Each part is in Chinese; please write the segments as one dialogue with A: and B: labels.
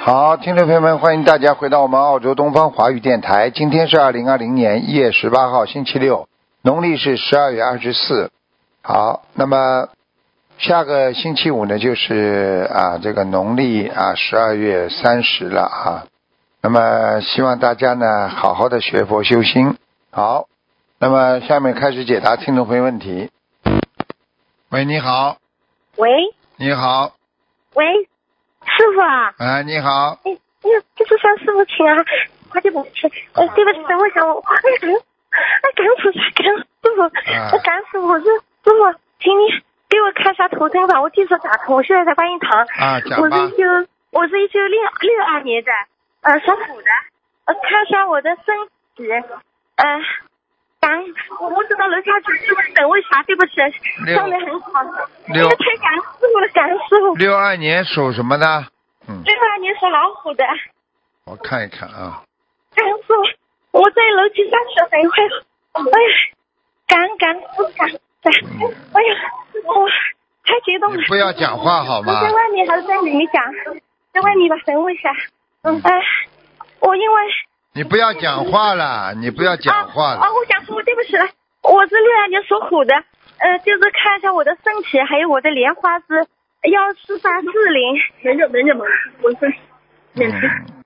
A: 好，听众朋友们，欢迎大家回到我们澳洲东方华语电台。今天是二零二零年一月十八号，星期六，农历是十二月二十四。好，那么下个星期五呢，就是啊这个农历啊十二月三十了啊。那么希望大家呢好好的学佛修心。好，那么下面开始解答听众朋友问题。喂，你好，
B: 喂
A: 你好，
B: 喂，师傅啊，
A: 哎，你好，
B: 哎，哎呦，这是向师傅请啊，快点不去，呃，对不起，等我一下，我哎赶，哎赶紧赶师傅，
A: 啊
B: 我赶死我这师傅，请你给我看一下头灯吧，我第一次打通，我现在在观音堂，
A: 啊，
B: 我
A: 讲吧
B: 是一。九我是一九六六二年的，呃，属虎的，呃，看一下我的身体，呃。感，我不知道楼下去，师傅等我一下，对不起，
A: 六
B: 上面很吵，
A: 六
B: 太感恩师傅了，感恩师傅。
A: 六二年属什么的？嗯，
B: 六二年属啊老虎的，哎
A: 我看一看啊。
B: 感恩师傅，我在楼梯上学，等一会儿，哎呀，感恩感恩师傅感恩，哎呀，我太激动了
A: 你。不要讲话好吗
B: 我？在外面还是在里面讲？在外面吧，等我一下。嗯，哎，我因为
A: 你不要讲话了，你不要讲话
B: 啊，啊
A: 了。
B: 我想说，对不起了，我是六二年属虎的，呃，就是看一下我的身体，还有我的莲花是幺四三四零。没事没事没事，我是，没事。
A: 嗯，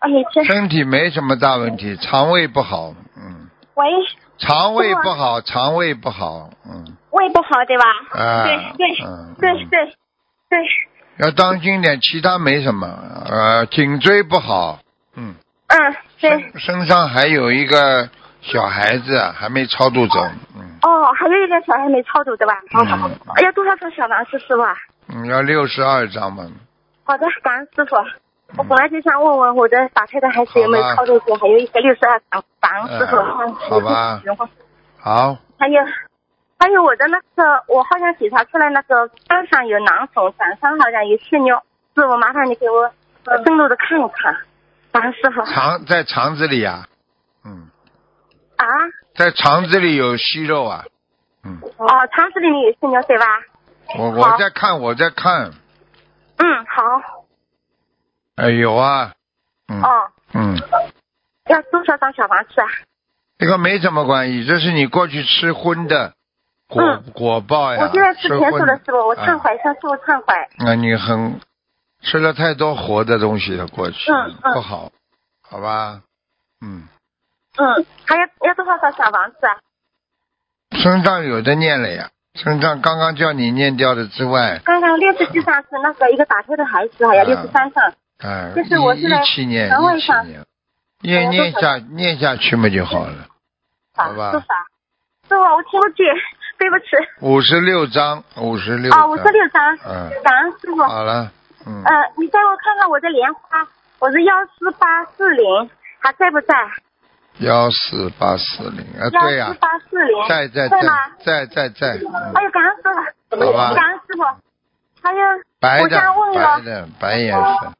B: 哎呀，这
A: 身体没什么大问题，肠胃不好，嗯，
B: 喂。
A: 肠胃不好，肠胃不好，嗯，
B: 胃不好，对吧？
A: 啊
B: 对对
A: 嗯
B: 对对对，
A: 要当心点，其他没什么，呃，颈椎不好，嗯，
B: 嗯对。
A: 身身上还有一个小孩子啊还没超度走，嗯
B: 哦，还有一个小孩没超走对吧？
A: 嗯
B: 哦哎呀，多少张小王是师傅啊？
A: 嗯，要六十二张嘛，嗯
B: 好的，感恩师傅。我本来就想问问我的打胎的孩子有没有
A: 好吧
B: 超度过，还有一个六十二张，感恩师傅。
A: 嗯
B: 嗯
A: 好吧。
B: 嗯
A: 好，
B: 还有，还有我的那个，我好像检查出来那个肝上有囊肿，胆上好像有血尿，师傅麻烦你给我呃登录的看一看，感恩师傅。
A: 肠在肠子里啊，嗯，
B: 啊，
A: 在肠子里有息肉啊，嗯，
B: 哦，肠子里面有血尿对吧？
A: 我我在看，我在看，
B: 嗯，好，
A: 哎，有啊，嗯
B: 哦，
A: 嗯，
B: 要多少张小房子啊？
A: 这个没什么关系，这是你过去吃荤的果、
B: 嗯
A: 果报哎呀。
B: 我现在吃甜素
A: 荤
B: 的师傅，我忏
A: 啊。
B: 悔，向师傅忏悔。
A: 那、你很吃了太多活的东西了，过去、
B: 嗯嗯
A: 不好，好吧？嗯，
B: 嗯，还要要多少张小房子啊？
A: 身上有的念了呀，身上刚刚叫你念掉的之外，
B: 刚刚六十七张是那个一个打胎的孩子，还啊有
A: 嗯
B: 六十三张。
A: 哎、
B: 就是我
A: 一
B: 现在
A: 一七年，
B: 肠胃
A: 一七
B: 上
A: 年，念
B: 还有
A: 念
B: 多
A: 下念下去嘛就好了，好吧
B: 多少？师傅，我听不见，对不起。
A: 五十六章，五十六
B: 啊，五十六张。
A: 嗯
B: 感恩师傅。
A: 好了，嗯，
B: 呃，你带我看看我的莲花，我是幺四八四零，还在不在？
A: 幺四八四零啊，
B: 幺
A: 对呀、
B: 四八四零。
A: 在在
B: 在
A: 在
B: 吗？
A: 在在在，嗯
B: 哎呦，感恩师傅，
A: 好吧
B: 感恩师傅。还有，
A: 白
B: 我
A: 的
B: 想问
A: 白
B: 了，
A: 的白颜色，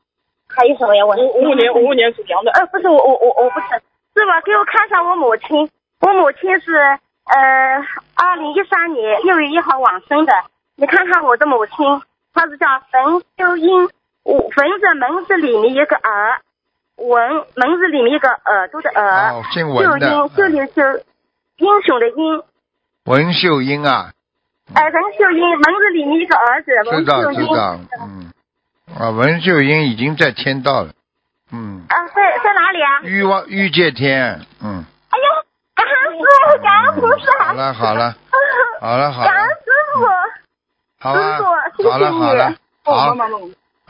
B: 还有什么要问？
C: 五五年五五年属羊的，
B: 呃，不是我我我我不是，是吧？给我看一下我母亲，我母亲是呃二零一三年六月一号往生的，你看看我的母亲，她是叫冯秀英，我冯字门字里面一个耳，文门字里面一个耳朵的耳，
A: 哦，姓
B: 秀
A: 文的，
B: 英秀
A: 嗯
B: 英秀，英雄的英，
A: 文秀英啊，
B: 呃，冯秀英门字里面一个儿子，
A: 知
B: 文
A: 道
B: 秀
A: 知
B: 英。
A: 道，嗯，啊，文秀英已经在天道了，嗯，
B: 啊，在在哪里啊？
A: 欲望欲界天，嗯，
B: 哎呀，感恩师傅，感恩菩萨。
A: 好了好了好了好
B: 感恩
A: 了，
B: 师傅，
A: 好吧
B: 师傅谢，谢
A: 好了
B: 你
A: 好了，好，
B: 哦
A: 好了
C: 妈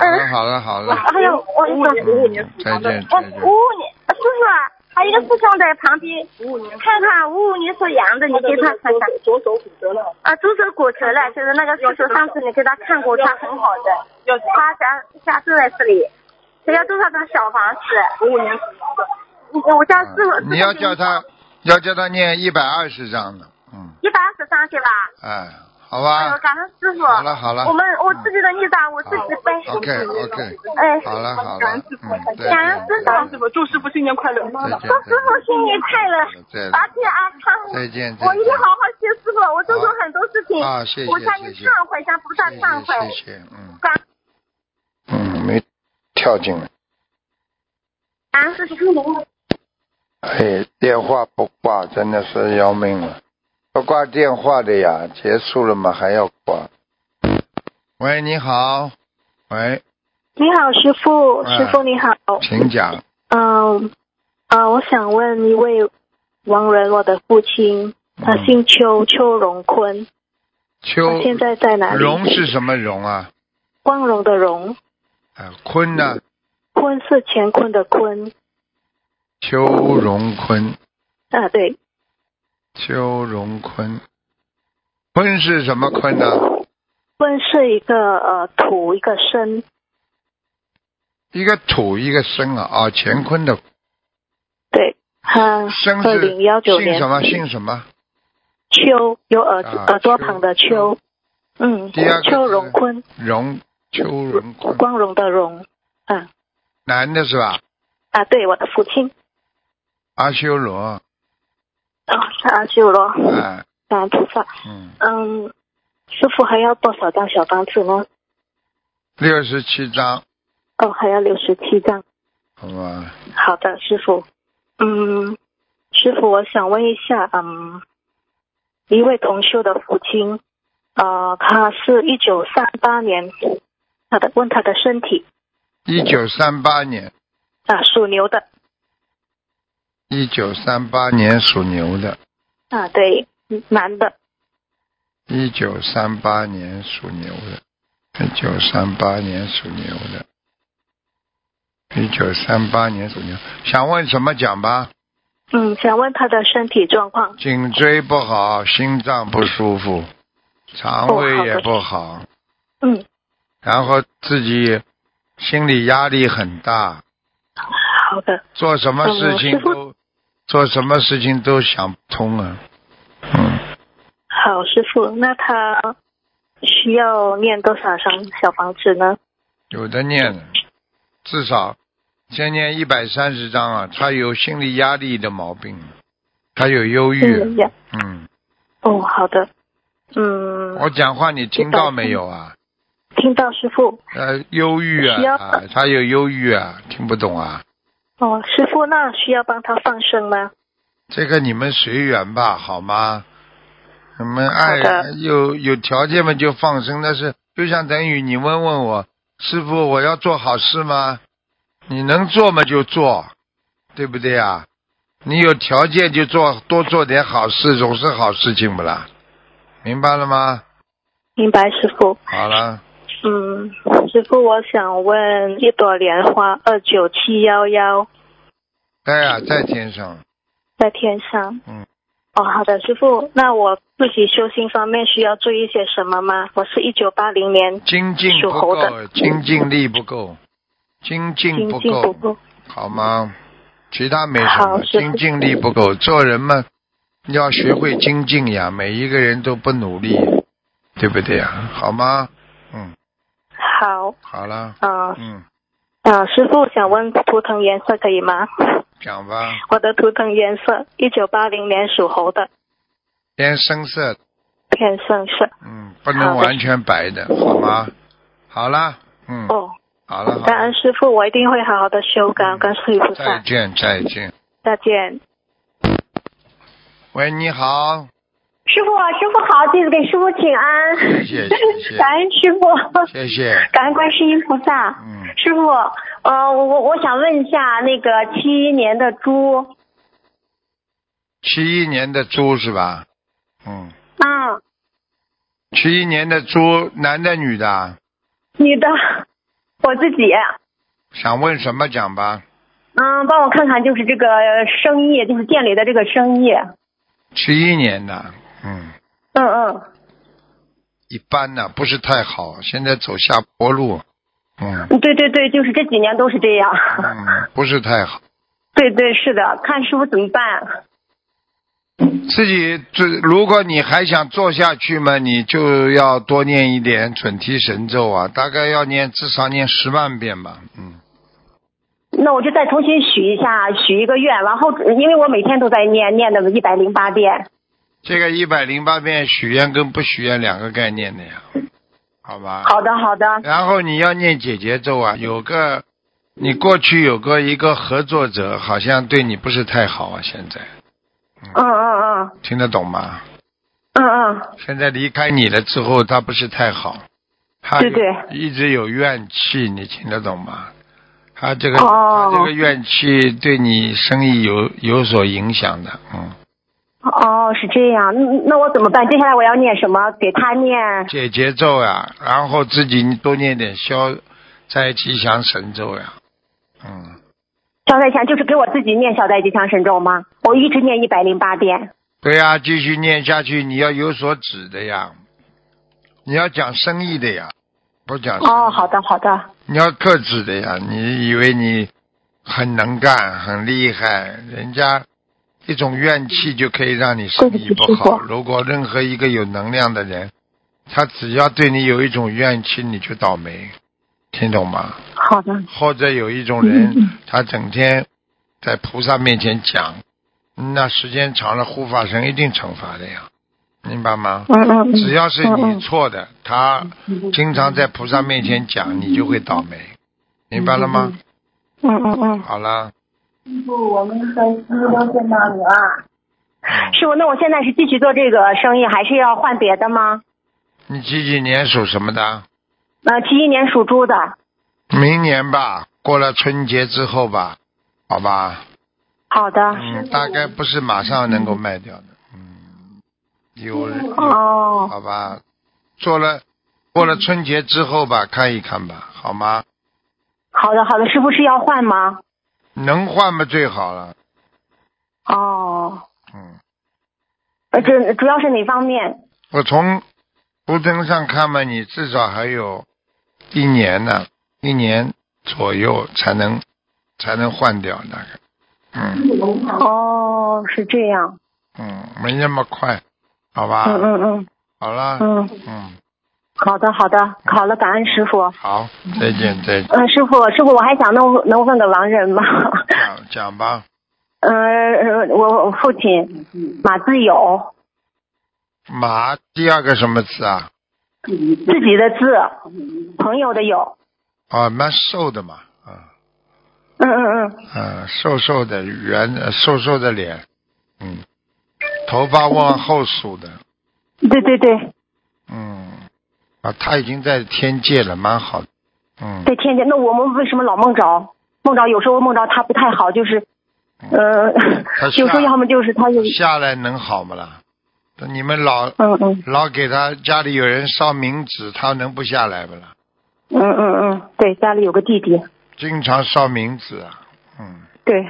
C: 妈，
A: 好了好了，
B: 哎呀，我我
C: 五五年五五年
A: 嗯
C: 属
A: 再
C: 羊的，
A: 见
B: 我
A: 再见，
B: 哎五五年，师傅啊，还有一个师兄在旁边，
C: 五五年属
B: 看看五五年属羊的，你
C: 羊的
B: 给他看
C: 左
B: 看
C: 手左手骨折了，
B: 啊，左手骨折了，就是那个左手，上次你给他看过，他很好的，
C: 要
B: 他家家住在这里，他要多少张小房子？
C: 五五年属羊的，
B: 你我叫师
A: 嗯
B: 傅，
A: 你要叫他要叫他念一百二十章的，嗯，
B: 一百二十张对吧？
A: 哎，好
B: 哎呦
A: 吧，
B: 感恩师傅。
A: 好了好了嗯
B: 我们我自己的孽障我自己背。
A: ，OK OK。
B: 哎，
A: 好了好了，
C: 感恩师傅
A: 嗯，
B: 感恩师
C: 感恩
A: 再
C: 师傅，祝师傅新年快乐，
A: 见，再见
B: 祝师傅新年快乐，
A: 再见，
B: 法体安康。
A: 再见，
B: 我一定好好学师傅，我做过很多事情，
A: 啊，谢谢
B: 我向你
A: 谢谢，
B: 忏悔，向菩萨忏悔。
A: 谢谢谢谢，嗯
B: 感
A: 嗯，没跳进来。
B: 男四十一年，
A: 哎，电话不挂真的是要命了，不挂电话的呀，结束了吗？还要挂？喂，你好，喂，
D: 你好，师傅，
A: 哎
D: 师傅你好，
A: 请讲。
D: 嗯，呃，我想问一位亡人，我的父亲，他
A: 嗯
D: 姓邱，邱荣坤，
A: 邱
D: 他现在在哪里？
A: 荣是什么荣啊？
D: 光荣的荣，
A: 啊，坤呢？
D: 坤是乾坤的坤，
A: 邱荣坤，
D: 啊，对，
A: 邱荣坤，坤是什么坤呢？
D: 坤是一个呃土一个生，
A: 一个土，一个生啊，啊，乾坤的
D: 对，啊他
A: 生
D: 二
A: 是
D: 零幺九
A: 姓什
D: 年，
A: 么？姓什么？
D: 邱有耳、
A: 啊
D: 耳朵旁的
A: 邱
D: 邱，嗯，
A: 第二个
D: 邱
A: 字
D: 荣坤，
A: 荣邱荣坤，
D: 光荣的荣，啊
A: 男的是吧？
D: 啊，对，我的父亲，
A: 阿修罗，
D: 哦，是阿修罗，
A: 啊，
D: 感恩菩萨。
A: 嗯，
D: 嗯，师傅还要多少张小房子呢？
A: 六十七章，
D: 哦，还要六十七张。
A: 好吧？
D: 好的，师傅。嗯，师傅，我想问一下，嗯，一位同修的父亲，呃，他是一九三八年，他的问他的身体
A: 一九三八年，
D: 啊，属牛的
A: 一九三八年属牛的，
D: 啊，对，男的，
A: 一九三八年属牛的，一九三八年属牛的，一九三八年属牛，想问什么讲吧？
D: 嗯，想问他的身体状况。
A: 颈椎不好，心脏不舒服，肠胃也不好，
D: 嗯，
A: 然后自己心理压力很大，
D: 好的，
A: 做什么事
D: 嗯师
A: 情
D: 傅
A: 都、做什么事情都想不通啊。嗯，
D: 好，师傅，那他需要念多少张小房子呢？
A: 有的念了，至少先念一百三十章啊。他有心理压力的毛病，他有忧
D: 嗯，
A: 郁。
D: 呀
A: 嗯，
D: 哦，好的。嗯，
A: 我讲话你听到没有啊？
D: 听到师傅。
A: 呃，忧郁
D: 需
A: 啊
D: 要
A: 啊，他有忧郁啊，听不懂啊。
D: 哦，师傅，那需要帮他放生吗？
A: 这个你们随缘吧，好吗？你们爱
D: 好的
A: 有有条件嘛就放生，但是就像等于你问问我，师傅我要做好事吗？你能做嘛就做，对不对啊？你有条件就做，多做点好事，总是好事情不啦？明白了吗？
D: 明白，师傅。
A: 好了，
D: 嗯，师傅，我想问一朵莲花二九七幺幺
A: 在啊，在天上，
D: 在天上。
A: 嗯。
D: 哦，好的，师傅。那我自己修行方面需要注意些什么吗？我是一九八零年，
A: 精进不
D: 属猴
A: 够
D: 的，
A: 精进力不够，精进
D: 精
A: 不
D: 进
A: 够
D: 不，够。
A: 好吗？其他没什
D: 好
A: 么，
D: 师
A: 精
D: 傅
A: 进力不够。做人嘛，要学会精进呀。每一个人都不努力，对不对呀？好吗？嗯，
D: 好，
A: 好了，
D: 呃，
A: 嗯，
D: 呃，师傅想问图腾颜色可以吗？
A: 讲吧。
D: 我的图腾颜色，一九八零年属猴的，
A: 偏深色，
D: 偏深色。
A: 嗯，不
D: 好
A: 能
D: 的
A: 完全白的，好吗？好了，嗯，
D: 哦，
A: 好了，好
D: 感
A: 了
D: 恩师傅，我一定会好好的修，感恩观世音菩
A: 再
D: 萨。
A: 见，再见。
D: 再见。
A: 喂，你好，
E: 师傅，师傅好，弟子给师傅请安。
A: 谢谢谢谢
E: 感恩师傅，
A: 谢谢。
E: 感恩观世音菩萨。
A: 嗯，
E: 师傅，呃，我我我想问一下，那个七一年的猪，
A: 七一年的猪是吧？嗯，
E: 嗯，
A: 七一年的猪，男的女的啊？
E: 女的，我自己，
A: 想问什么讲吧？
E: 嗯，帮我看看，就是这个生意，就是店里的这个生意，
A: 七一年的，嗯，
E: 嗯嗯，
A: 一般呢，不是太好，现在走下坡路，嗯
E: 对对对，就是这几年都是这样，
A: 嗯，不是太好，
E: 对对是的，看师傅怎么办。
A: 自己这如果你还想做下去嘛，你就要多念一点准提神咒啊，大概要念至少念十万遍吧，嗯，
E: 那我就再重新许一下，许一个愿，然后因为我每天都在念，念那么一百零八遍。
A: 这个一百零八遍许愿跟不许愿两个概念的呀，好吧？
E: 好的好的，
A: 然后你要念姐姐咒啊，有个你过去有过一个合作者，好像对你不是太好啊，现在
E: 嗯嗯
A: 听得懂吗？
E: 嗯嗯嗯，
A: 现在离开你了之后，他不是太好，他
E: 对对
A: 有一直有怨气，你听得懂吗？他这个、
E: 哦
A: 他这个怨气对你生意有有所影响的，嗯，
E: 哦，是这样，嗯那我怎么办？接下来我要念什么？给他念
A: 解节奏呀、然后自己多念点消灾吉祥神咒呀、嗯，
E: 消灾祥，就是给我自己念消灾吉祥神咒吗？我一直念一百零八遍。
A: 对呀、继续念下去，你要有所指的呀，你要讲生意的呀，不讲生意
E: 哦，好的好的，
A: 你要克制的呀，你以为你很能干、很厉害，人家一种怨气就可以让你生意不好。如果任何一个有能量的人，他只要对你有一种怨气，你就倒霉，听懂吗？
E: 好的，嗯
A: 或者有一种人，他整天在菩萨面前讲，那时间长了，护法神一定惩罚的呀，明白吗？
E: 嗯嗯
A: 只
E: 嗯，
A: 要是你错的，他经常在菩萨面前讲，你就会倒霉，明白了吗？
E: 嗯嗯嗯，
A: 好了，
E: 师傅，那我现在是继续做这个生意，还是要换别的吗？
A: 你几几年属什么的？
E: 呃，七一年属猪的，
A: 明年吧，过了春节之后吧，好吧，
E: 好啊的，
A: 嗯，大概不是马上能够卖掉的，嗯，有人，有
E: 哦，
A: 好吧，做了，过了春节之后吧，看一看吧，好吗？
E: 好的好的，师傅是要换吗？
A: 能换嘛最好了，
E: 哦，
A: 嗯，
E: 呃，这主要是哪方面？
A: 我从图腾上看嘛，你至少还有一年呢、一年左右才能才能换掉大概。嗯
E: 哦，是这样，
A: 嗯，没那么快，好吧？
E: 嗯嗯
A: 好了，
E: 嗯嗯，
A: 嗯，
E: 好的好的，好了，感恩师傅。
A: 好，再见，再见，
E: 嗯，师傅，师傅，我还想能能问个亡人吗？
A: 讲讲吧。
E: 呃，我我父亲
A: 嗯
E: 马自友，
A: 马第二个什么字啊？
E: 自己的
A: 嗯
E: 自，朋友的友。
A: 哦，蛮瘦的嘛，啊
E: 嗯嗯嗯，
A: 啊，瘦瘦的圆，呃瘦瘦的脸，嗯，头发往后梳的，
E: 对对对，
A: 嗯，啊，他已经在天界了，蛮好的，嗯，
E: 在天津。那我们为什么老梦着？梦着有时候梦着他不太好，就是，呃，
A: 他
E: 有时候要么就是他有，
A: 下来能好吗啦？你们老
E: 嗯嗯
A: 老给他家里有人烧冥纸，他能不下来不啦？
E: 嗯嗯嗯，对，家里有个弟弟，
A: 经常烧冥纸啊，嗯，
E: 对，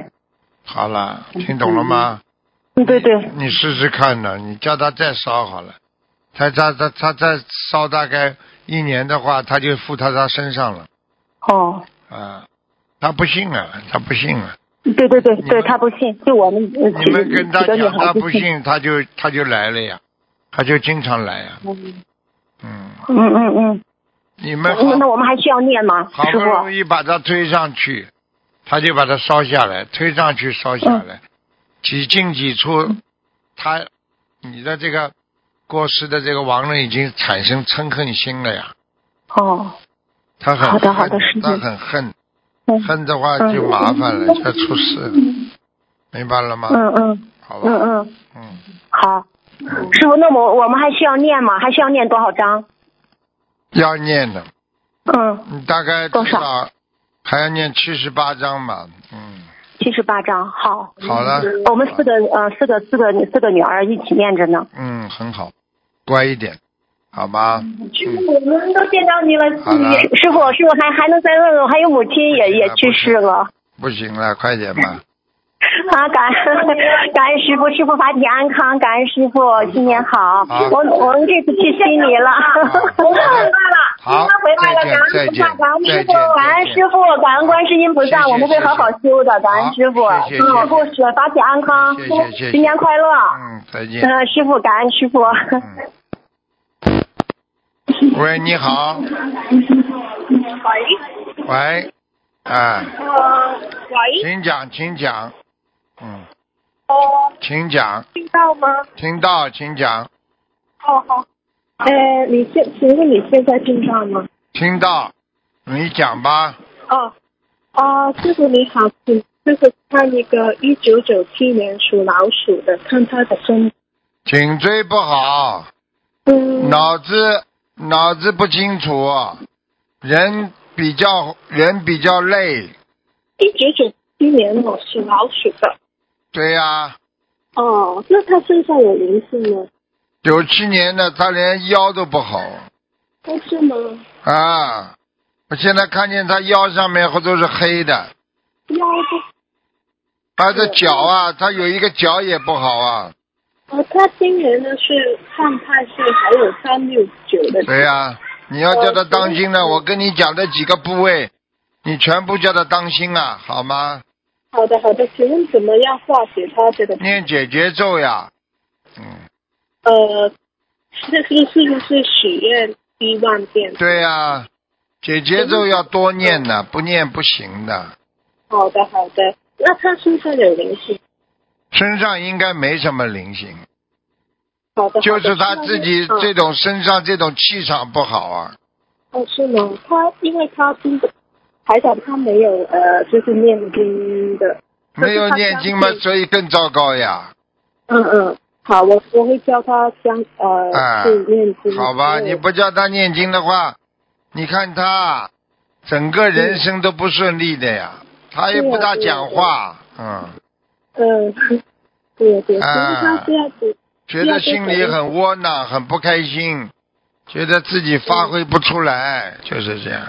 A: 好了，听懂了吗？
E: 嗯对对，
A: 你试试看呢，你叫他再烧好了，他他他他再烧大概一年的话，他就附到他身上了
E: 哦，
A: 啊。他不信啊，他不信啊！
E: 对对对
A: 你们
E: 对，他不信，就我们呃
A: 你们
E: 几
A: 跟他
E: 几个女
A: 讲，
E: 孩
A: 他
E: 子
A: 不，信，他就他就来了呀，他就经常来呀。嗯，
E: 嗯嗯嗯，
A: 你们好
E: 那那我们还需要念吗，
A: 好
E: 师
A: 不
E: 傅？
A: 容易把它推上去，他就把它烧下来，推上去烧下
E: 嗯
A: 来，几进几出，他你的这个过世的这个亡人已经产生嗔恨心了呀，
E: 哦，
A: 他很
E: 好的
A: 恨
E: 好的师
A: 他
E: 傅
A: 很恨，
E: 嗯
A: 恨的话
E: 嗯
A: 就麻烦了，要出事了，明白了吗？
E: 嗯嗯
A: 好
E: 嗯
A: 吧，
E: 嗯，
A: 嗯，
E: 好，师傅，那我我们还需要念吗？还需要念多少章？
A: 要念的，
E: 嗯，
A: 你大概
E: 多
A: 至
E: 少
A: 少还要念七十八章嘛，嗯，
E: 七十八章，好，
A: 好了，
E: 我们四个呃四个四个四个女儿一起念着呢。
A: 嗯，很好，乖一点，好吗？
E: 嗯我们都见到你了，
A: 好了
E: 师傅，师傅还还能再问问，还有母亲也也去世了
A: 不行了，快点吧。
E: 啊！感恩感恩师傅，师傅法体安康，感恩师傅新年好。
A: 好
E: 我我们这次去悉尼了，
A: 好，再见，再见，再见，
E: 感恩师傅，感恩观世音菩
A: 谢
E: 萨，
A: 谢
E: 我们会好好修的，感恩师傅，
A: 好谢谢
E: 嗯，护持法体安康
A: 谢谢谢谢，
E: 新年快乐，
A: 嗯，再见。
E: 嗯，师傅感恩师傅。
A: 嗯。喂，你好。喂。喂，啊，
C: 呃喂，
A: 请讲，请讲。嗯，
C: 哦，
A: 请讲，
C: 听到吗？
A: 听到，请讲，
C: 哦好，
F: 呃，你现，请问你现在听到吗？
A: 听到，你讲吧。
F: 哦，
C: 啊，师傅你好，请师傅看一个一九九七年属老鼠的，看他的身。
A: 颈椎不好，
C: 嗯，
A: 脑子脑子不清楚，人比较人比较累，
C: 一九九七年我属老鼠的。
A: 对呀、
C: 哦，那他身上有灵性吗？
A: 九七年的他连腰都不好
C: 不是吗？
A: 啊！我现在看见他腰上面都是黑的，
C: 腰不，
A: 他的脚啊，他有一个脚也不好啊。
C: 呃，他今年呢是犯太岁，还有三六九的。
A: 对呀、你要叫他当心了。我跟你讲的几个部位，你全部叫他当心啊，好吗？
C: 好的，好的，请问怎么样化解他这个？
A: 念解结咒呀，嗯，
C: 呃，这是是不是许愿一万遍？
A: 对呀、解结咒要多念呢，不念不行的。
C: 好的，好的。那他身上有灵性？
A: 身上应该没什么灵性，
C: 好的，
A: 就是他自己这
C: 这
A: 种身上这种气场不好啊。
C: 哦是吗？他因为他听不，还长他没有呃，就是念经的。
A: 没有念经嘛
C: 但，是
A: 所以更糟糕呀。
C: 嗯嗯，好，我我会教他相呃、
A: 啊
C: 去念经。嗯
A: 好吧，
C: 对
A: 你不叫他念经的话，你看他整个人生都不顺利的呀，他也不大讲话，嗯，
C: 嗯， 对对，所以
A: 啊
C: 他这样子，
A: 觉得心里很窝囊，很不开心，觉得自己发挥不出来，就是这样。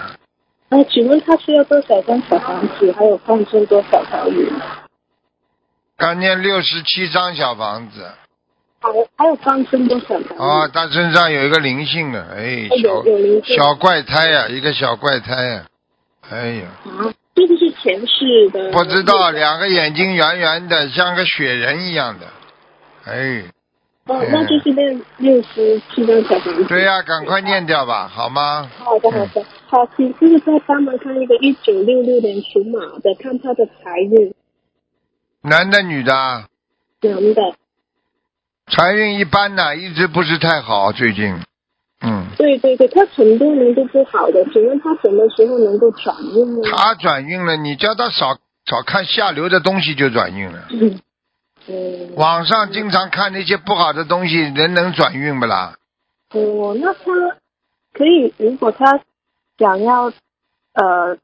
C: 那呃请问他需要多少张小房子，还有放生多少条鱼？
A: 刚念六十七张小房子，
C: 还有还有放生多少条鱼？
A: 哦，他身上有一个灵性的，哎，
C: 嗯有有灵性
A: 小小怪胎呀、一个小怪胎呀、哎呀，
C: 啊，这个是前世的。哦
A: 不知道，两个眼睛圆圆的，像个雪人一样的，哎。
C: 哦，那就是那六十七张小房子。
A: 对呀、赶快念掉吧，好吗？
C: 好的，好的，好，请就是再帮忙看一个一九六六年属马的，看他的财运，
A: 男的女的啊，
C: 男的，
A: 财运一般呐，一直不是太好，最近，嗯，
C: 对对对，他很多年都不好的，请问他什么时候能够转运呢？
A: 他转运了，你叫他少少看下流的东西就转运了。
C: 嗯，嗯
A: 网上经常看那些不好的东西，人能转运不啦？
C: 哦，那他可以，如果他想要呃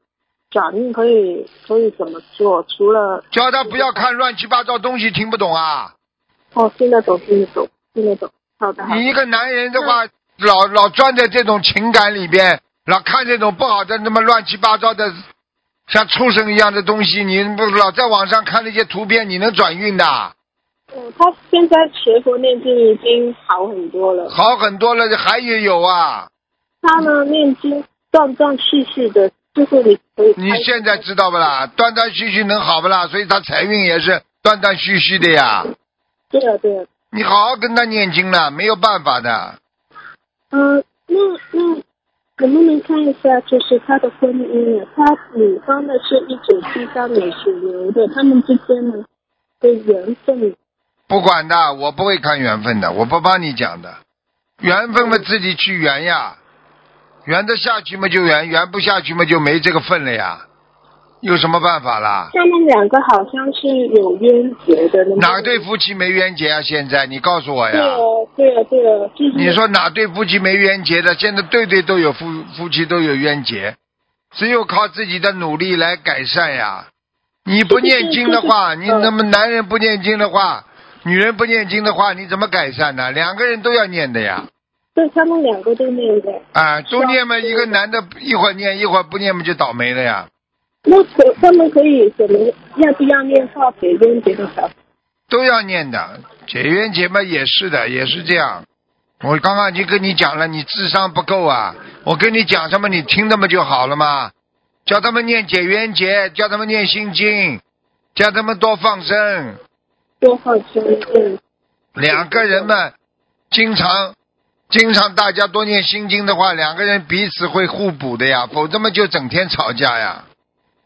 C: 转运，可以可以怎么做？除了
A: 叫他不要看乱七八糟东西，听不懂啊！
C: 哦，听得懂，听得懂，听得懂。好的，好的
A: 你一个男人的话，老老钻在这种情感里边，老看这种不好的那么乱七八糟的，像畜生一样的东西，你不老在网上看那些图片，你能转运的？
C: 嗯，他现在学佛念经已经好很多了。
A: 好很多了，还也有啊。
C: 他呢念经断断续续的，就是你可以。
A: 你现在知道不啦？断断续续能好不啦？所以他财运也是断断续续的呀。
C: 对啊对啊，
A: 你好好跟他念经了，没有办法的。
C: 嗯，那那能不能看一下，就是他的婚姻啊？他女方呢是一九七三年属牛的，他们之间呢的缘分
A: 不管的，我不会看缘分的，我不帮你讲的。缘分嘛，自己去缘呀，缘得下去嘛就缘，缘不下去嘛就没这个份了呀。有什么办法啦？
C: 他们两个好像是有冤结的，能不能
A: 哪对？夫妻没冤结啊？现在你告诉我呀。
C: 对啊，对啊，对啊，就是
A: 你说哪对夫妻没冤结的？现在对对都有夫夫妻都有冤结，只有靠自己的努力来改善呀。你不念经的话，
C: 是
A: 你
C: 是是
A: 那么男人不念经的话，女人不念经的话，你怎么改善呢？两个人都要念的呀，
C: 对他们两个都念的。
A: 啊，都
C: 是啊
A: 念嘛，一个男的一会儿念一会儿不念嘛就倒霉了呀。
C: 那可他们可以怎么要不要念化解冤结的小？
A: 都要念的，解冤结嘛也是的，也是这样。我刚刚已经跟你讲了，你智商不够啊！我跟你讲什么，你听那么就好了嘛。叫他们念解冤结，叫他们念心经，叫他们多放生。
C: 多放生念
A: 两个人嘛，经常经常大家多念心经的话，两个人彼此会互补的呀，否则嘛就整天吵架呀。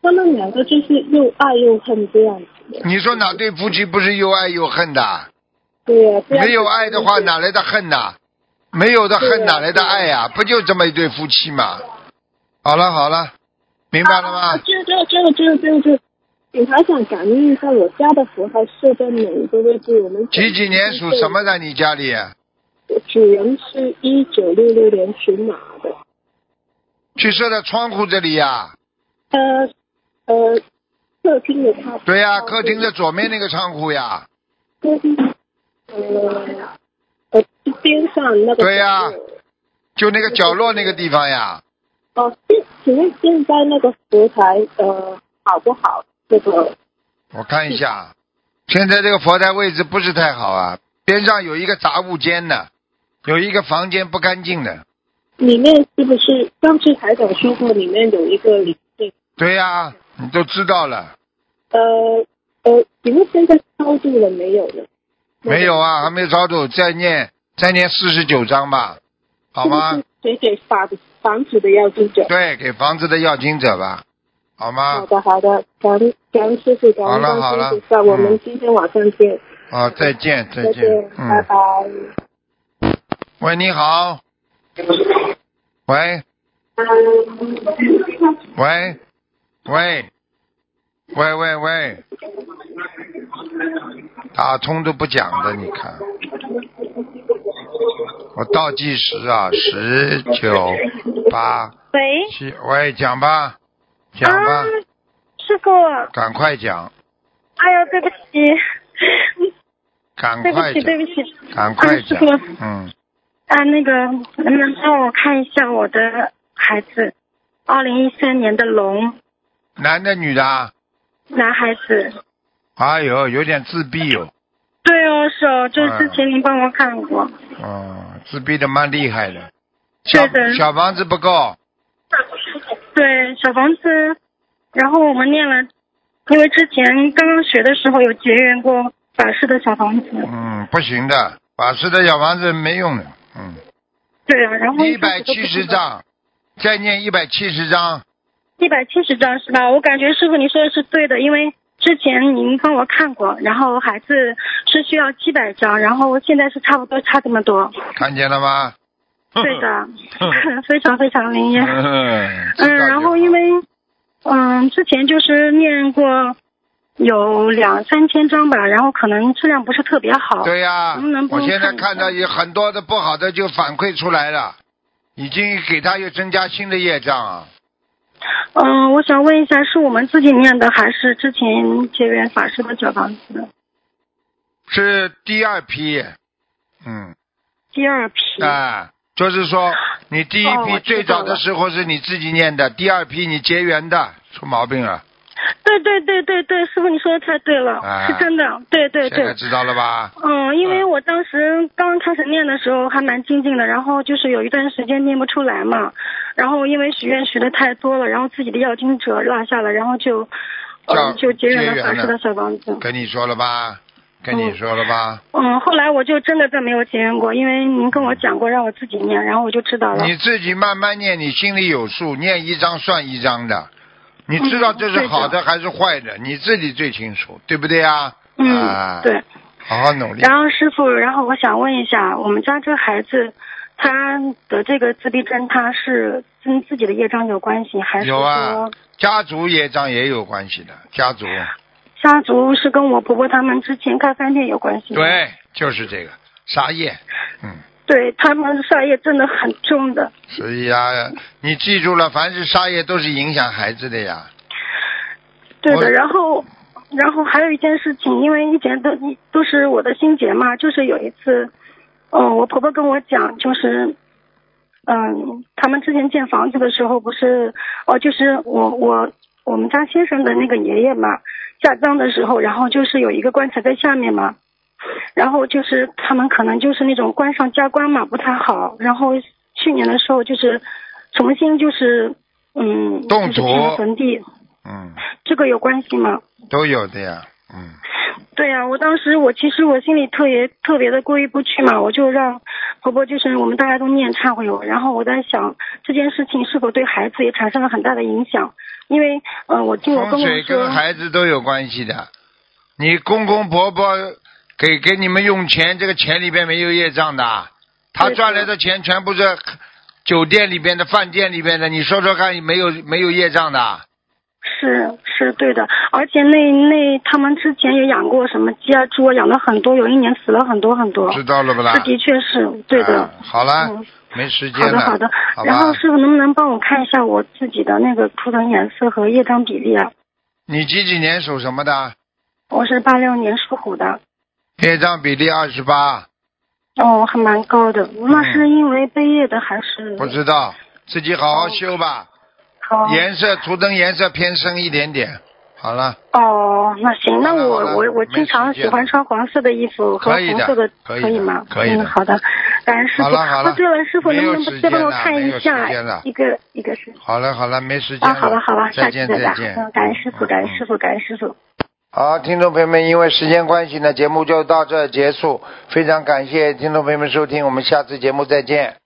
C: 他们两个就是又爱又恨这样子。
A: 你说哪对夫妻不是又爱又恨的？
C: 对啊呀、这样子
A: 没有爱的话，哪来的恨呐、没有的恨，哪来的爱呀、不就这么一对夫妻嘛？好了好了，明白了吗？
C: 这这这个这个这个这个，我还想感应一下我家的佛台设在哪一个位置？我们
A: 几几年属什？么的？你家里
C: 主人是一九六六年属马的。
A: 去设在窗户这里呀、
C: 呃呃，客厅的他
A: 对呀、客厅的左面那个窗户呀。
C: 客厅呃呃边上那个
A: 对呀
C: 角
A: 就
C: 落
A: 那个角落那个地方呀，
C: 哦，现请问现在那个佛台呃好不好？这个
A: 我看一下，现在这个佛台位置不是太好啊，边上有一个杂物间呢，有一个房间不干净的。
C: 里面是不是上次台长说过里面有一个灵性？
A: 对呀、你都知道了，
C: 呃呃，请问现在超度了没有呢？
A: 没有啊？还没超度，再念再念四十九章吧，好
C: 是不
A: 吗
C: 是？给给房房子的要记者。
A: 对，给房子的要经者吧，好
C: 好
A: 吗？
C: 的好的，感恩感恩师傅，感
A: 好
C: 恩
A: 了
C: 观
A: 好了
C: 世音菩萨，我们今天晚上见，
A: 啊，再见再
C: 再
A: 见
C: 见，，拜
A: 嗯，
C: 拜。
A: 喂，你好，喂喂喂喂喂喂，打通都不讲的，你看，我倒计时啊，十九八。
F: 喂，
A: 七，喂，讲吧，讲吧，
F: 啊，师傅，
A: 赶快讲，
F: 哎呀，对不起，
A: 赶
F: 对不
A: 快
F: 起，对
A: 讲，
F: 不起，
A: 赶快讲
F: 啊师，
A: 嗯，
F: 啊，那个能能帮我看一下我的孩子，二零一三年的龙
A: 男的女的啊，
F: 男孩子。
A: 哎呦，有点自闭哦，
F: 对哦，是哦，就是之
A: 嗯
F: 前您帮我看过。
A: 嗯，自闭的蛮厉害的，
F: 对
A: 小
F: 的
A: 小房子不够，
F: 对，小房子，然后我们念了，因为之前刚刚学的时候有结缘过法师的小房子。
A: 嗯，不行的，法师的小房子没用的，嗯，
F: 对啊，然后
A: 一百七十，张，再念一百七十张，
F: 一百七十张是吧？我感觉师傅你说的是对的，因为之前您帮我看过，然后孩子是需要七百张，然后现在是差不多差这么 多。
A: 看见了吗？
F: 对的， 非常非常灵验。
A: 嗯，知道
F: 嗯，
A: 就好
F: 然后因为，嗯，之前就是念过有两三千张吧，然后可能质量不是特别好。
A: 对呀、
F: 能不能
A: 我
F: 帮我
A: 现在
F: 看一
A: 看
F: 下
A: 到有很多的不好的就反馈出来了，已经给他又增加新的业障啊。
F: 嗯，我想问一下，是我们自己念的，还是之前结缘法师的小房子？
A: 是第二批，嗯，
F: 第二批。
A: 啊，就是说你第一
F: 哦
A: 批
F: 我知
A: 最早
F: 道
A: 的
F: 了
A: 时候是你自己念的，第二批你结缘的，出毛病了，
F: 对对对对对，师傅你说的太对了，
A: 啊
F: 是真的。对对
A: 现在
F: 对。
A: 知道了吧？
F: 嗯，因为我当时刚开始念的时候还蛮精进的，然后就是有一段时间念不出来嘛，然后因为许愿许的太多了，然后自己的要经者落下了，然后就，
A: 叫
F: 呃，就结
A: 结缘
F: 缘了法
A: 了
F: 师的小房子。
A: 跟你说了吧，跟你说了吧，
F: 嗯，后来我就真的再没有结缘过，因为您跟我讲过让我自己念，然后我就知道了。
A: 你自己慢慢念，你心里有数，念一张算一张的，你知道
F: 嗯
A: 这是
F: 对嗯的
A: 好的还是坏的，你自己最清楚，对不对啊？啊
F: 嗯，，对。。
A: 好好努力。
F: 然后师傅，然后我想问一下，我们家这个孩子，他的这个自闭症，他是跟自己的业障有关系，还是
A: 有啊
F: 说，
A: 家族业障也有关系的，家族
F: 家族是跟我婆婆他们之前开饭店有关系？，
A: 对，就是这个杀业，嗯，
F: 对他们杀业真的很重的。
A: 所以啊，你记住了，凡是杀业都是影响孩子的呀。
F: 对
A: 我
F: 的，然后，然后还有一件事情，因为以前都都是我的心结嘛，就是有一次，嗯、我婆婆跟我讲，就是，嗯，他们之前建房子的时候，不是，哦，就是我我我们家先生的那个爷爷嘛，下葬的时候，然后就是有一个棺材在下面嘛，然后就是他们可能就是那种官上加官嘛，不太好，然后去年的时候就是重新就是。嗯，
A: 动
F: 就是
A: 土
F: 填了坟地，
A: 嗯，
F: 这个有关系吗？
A: 都有的呀，嗯，
F: 对呀、我当时我其实我心里特别特别的过意不去嘛，我就让婆婆就是我们大家都念忏悔文，然后我在想这件事情是否对孩子也产生了很大的影响，因为呃我听我
A: 风
F: 公公
A: 水
F: 说
A: 跟，孩子都有关系的。你公公婆婆给给你们用钱，这个钱里边没有业障的，他
F: 对
A: 赚来的钱全部是酒店里边的、饭店里边的，你说说看，没有没有业障的？
F: 是是对的，而且那那他们之前也养过什么鸡啊猪啊，养了很多，有一年死了很多很多。
A: 知道了不啦
F: 这？的确是对的。
A: 啊好了，
F: 嗯
A: 没时
F: 好
A: 间
F: 的
A: 了。
F: 好的，
A: 好
F: 然后
A: 吧。
F: 师傅能不能帮我看一下我自己的那个图腾颜色和业障比例啊？
A: 你几几年属什么的？
F: 我是八六年属虎的，
A: 业障比例二十八，
F: 哦，还蛮高的。那
A: 嗯
F: 是因为背业的还是？
A: 不知道，自己好
F: 哦
A: 好修吧。
F: 好
A: 颜色图腾颜色偏深一点点。好了，
F: 哦，那行，那
A: 好了
F: 我
A: 好了
F: 我我
A: 没
F: 经常
A: 时间
F: 喜欢
A: 了
F: 穿黄色的衣服和
A: 可以
F: 红
A: 的
F: 色的，
A: 可
F: 可
A: 以的
F: 吗？
A: 可以的
F: 嗯，好的，感恩师
A: 好
F: 傅。
A: 了好了
F: 那对了，师傅
A: 没
F: 能
A: 有
F: 不能
A: 时
F: 再帮
A: 间
F: 我
A: 了
F: 看
A: 没
F: 一
A: 有时
F: 下
A: 间了
F: 一个一个事情？
A: 好了好了，没时间
F: 啊，
A: 了。
F: 好吧好吧，下
A: 再
F: 次
A: 见
F: 再打。
A: 再见。
F: 嗯，感恩师傅，感恩
A: 嗯
F: 师傅，感恩师傅。
A: 好，听众朋友们，因为时间关系呢，节目就到这儿结束。非常感谢听众朋友们收听，我们下次节目再见。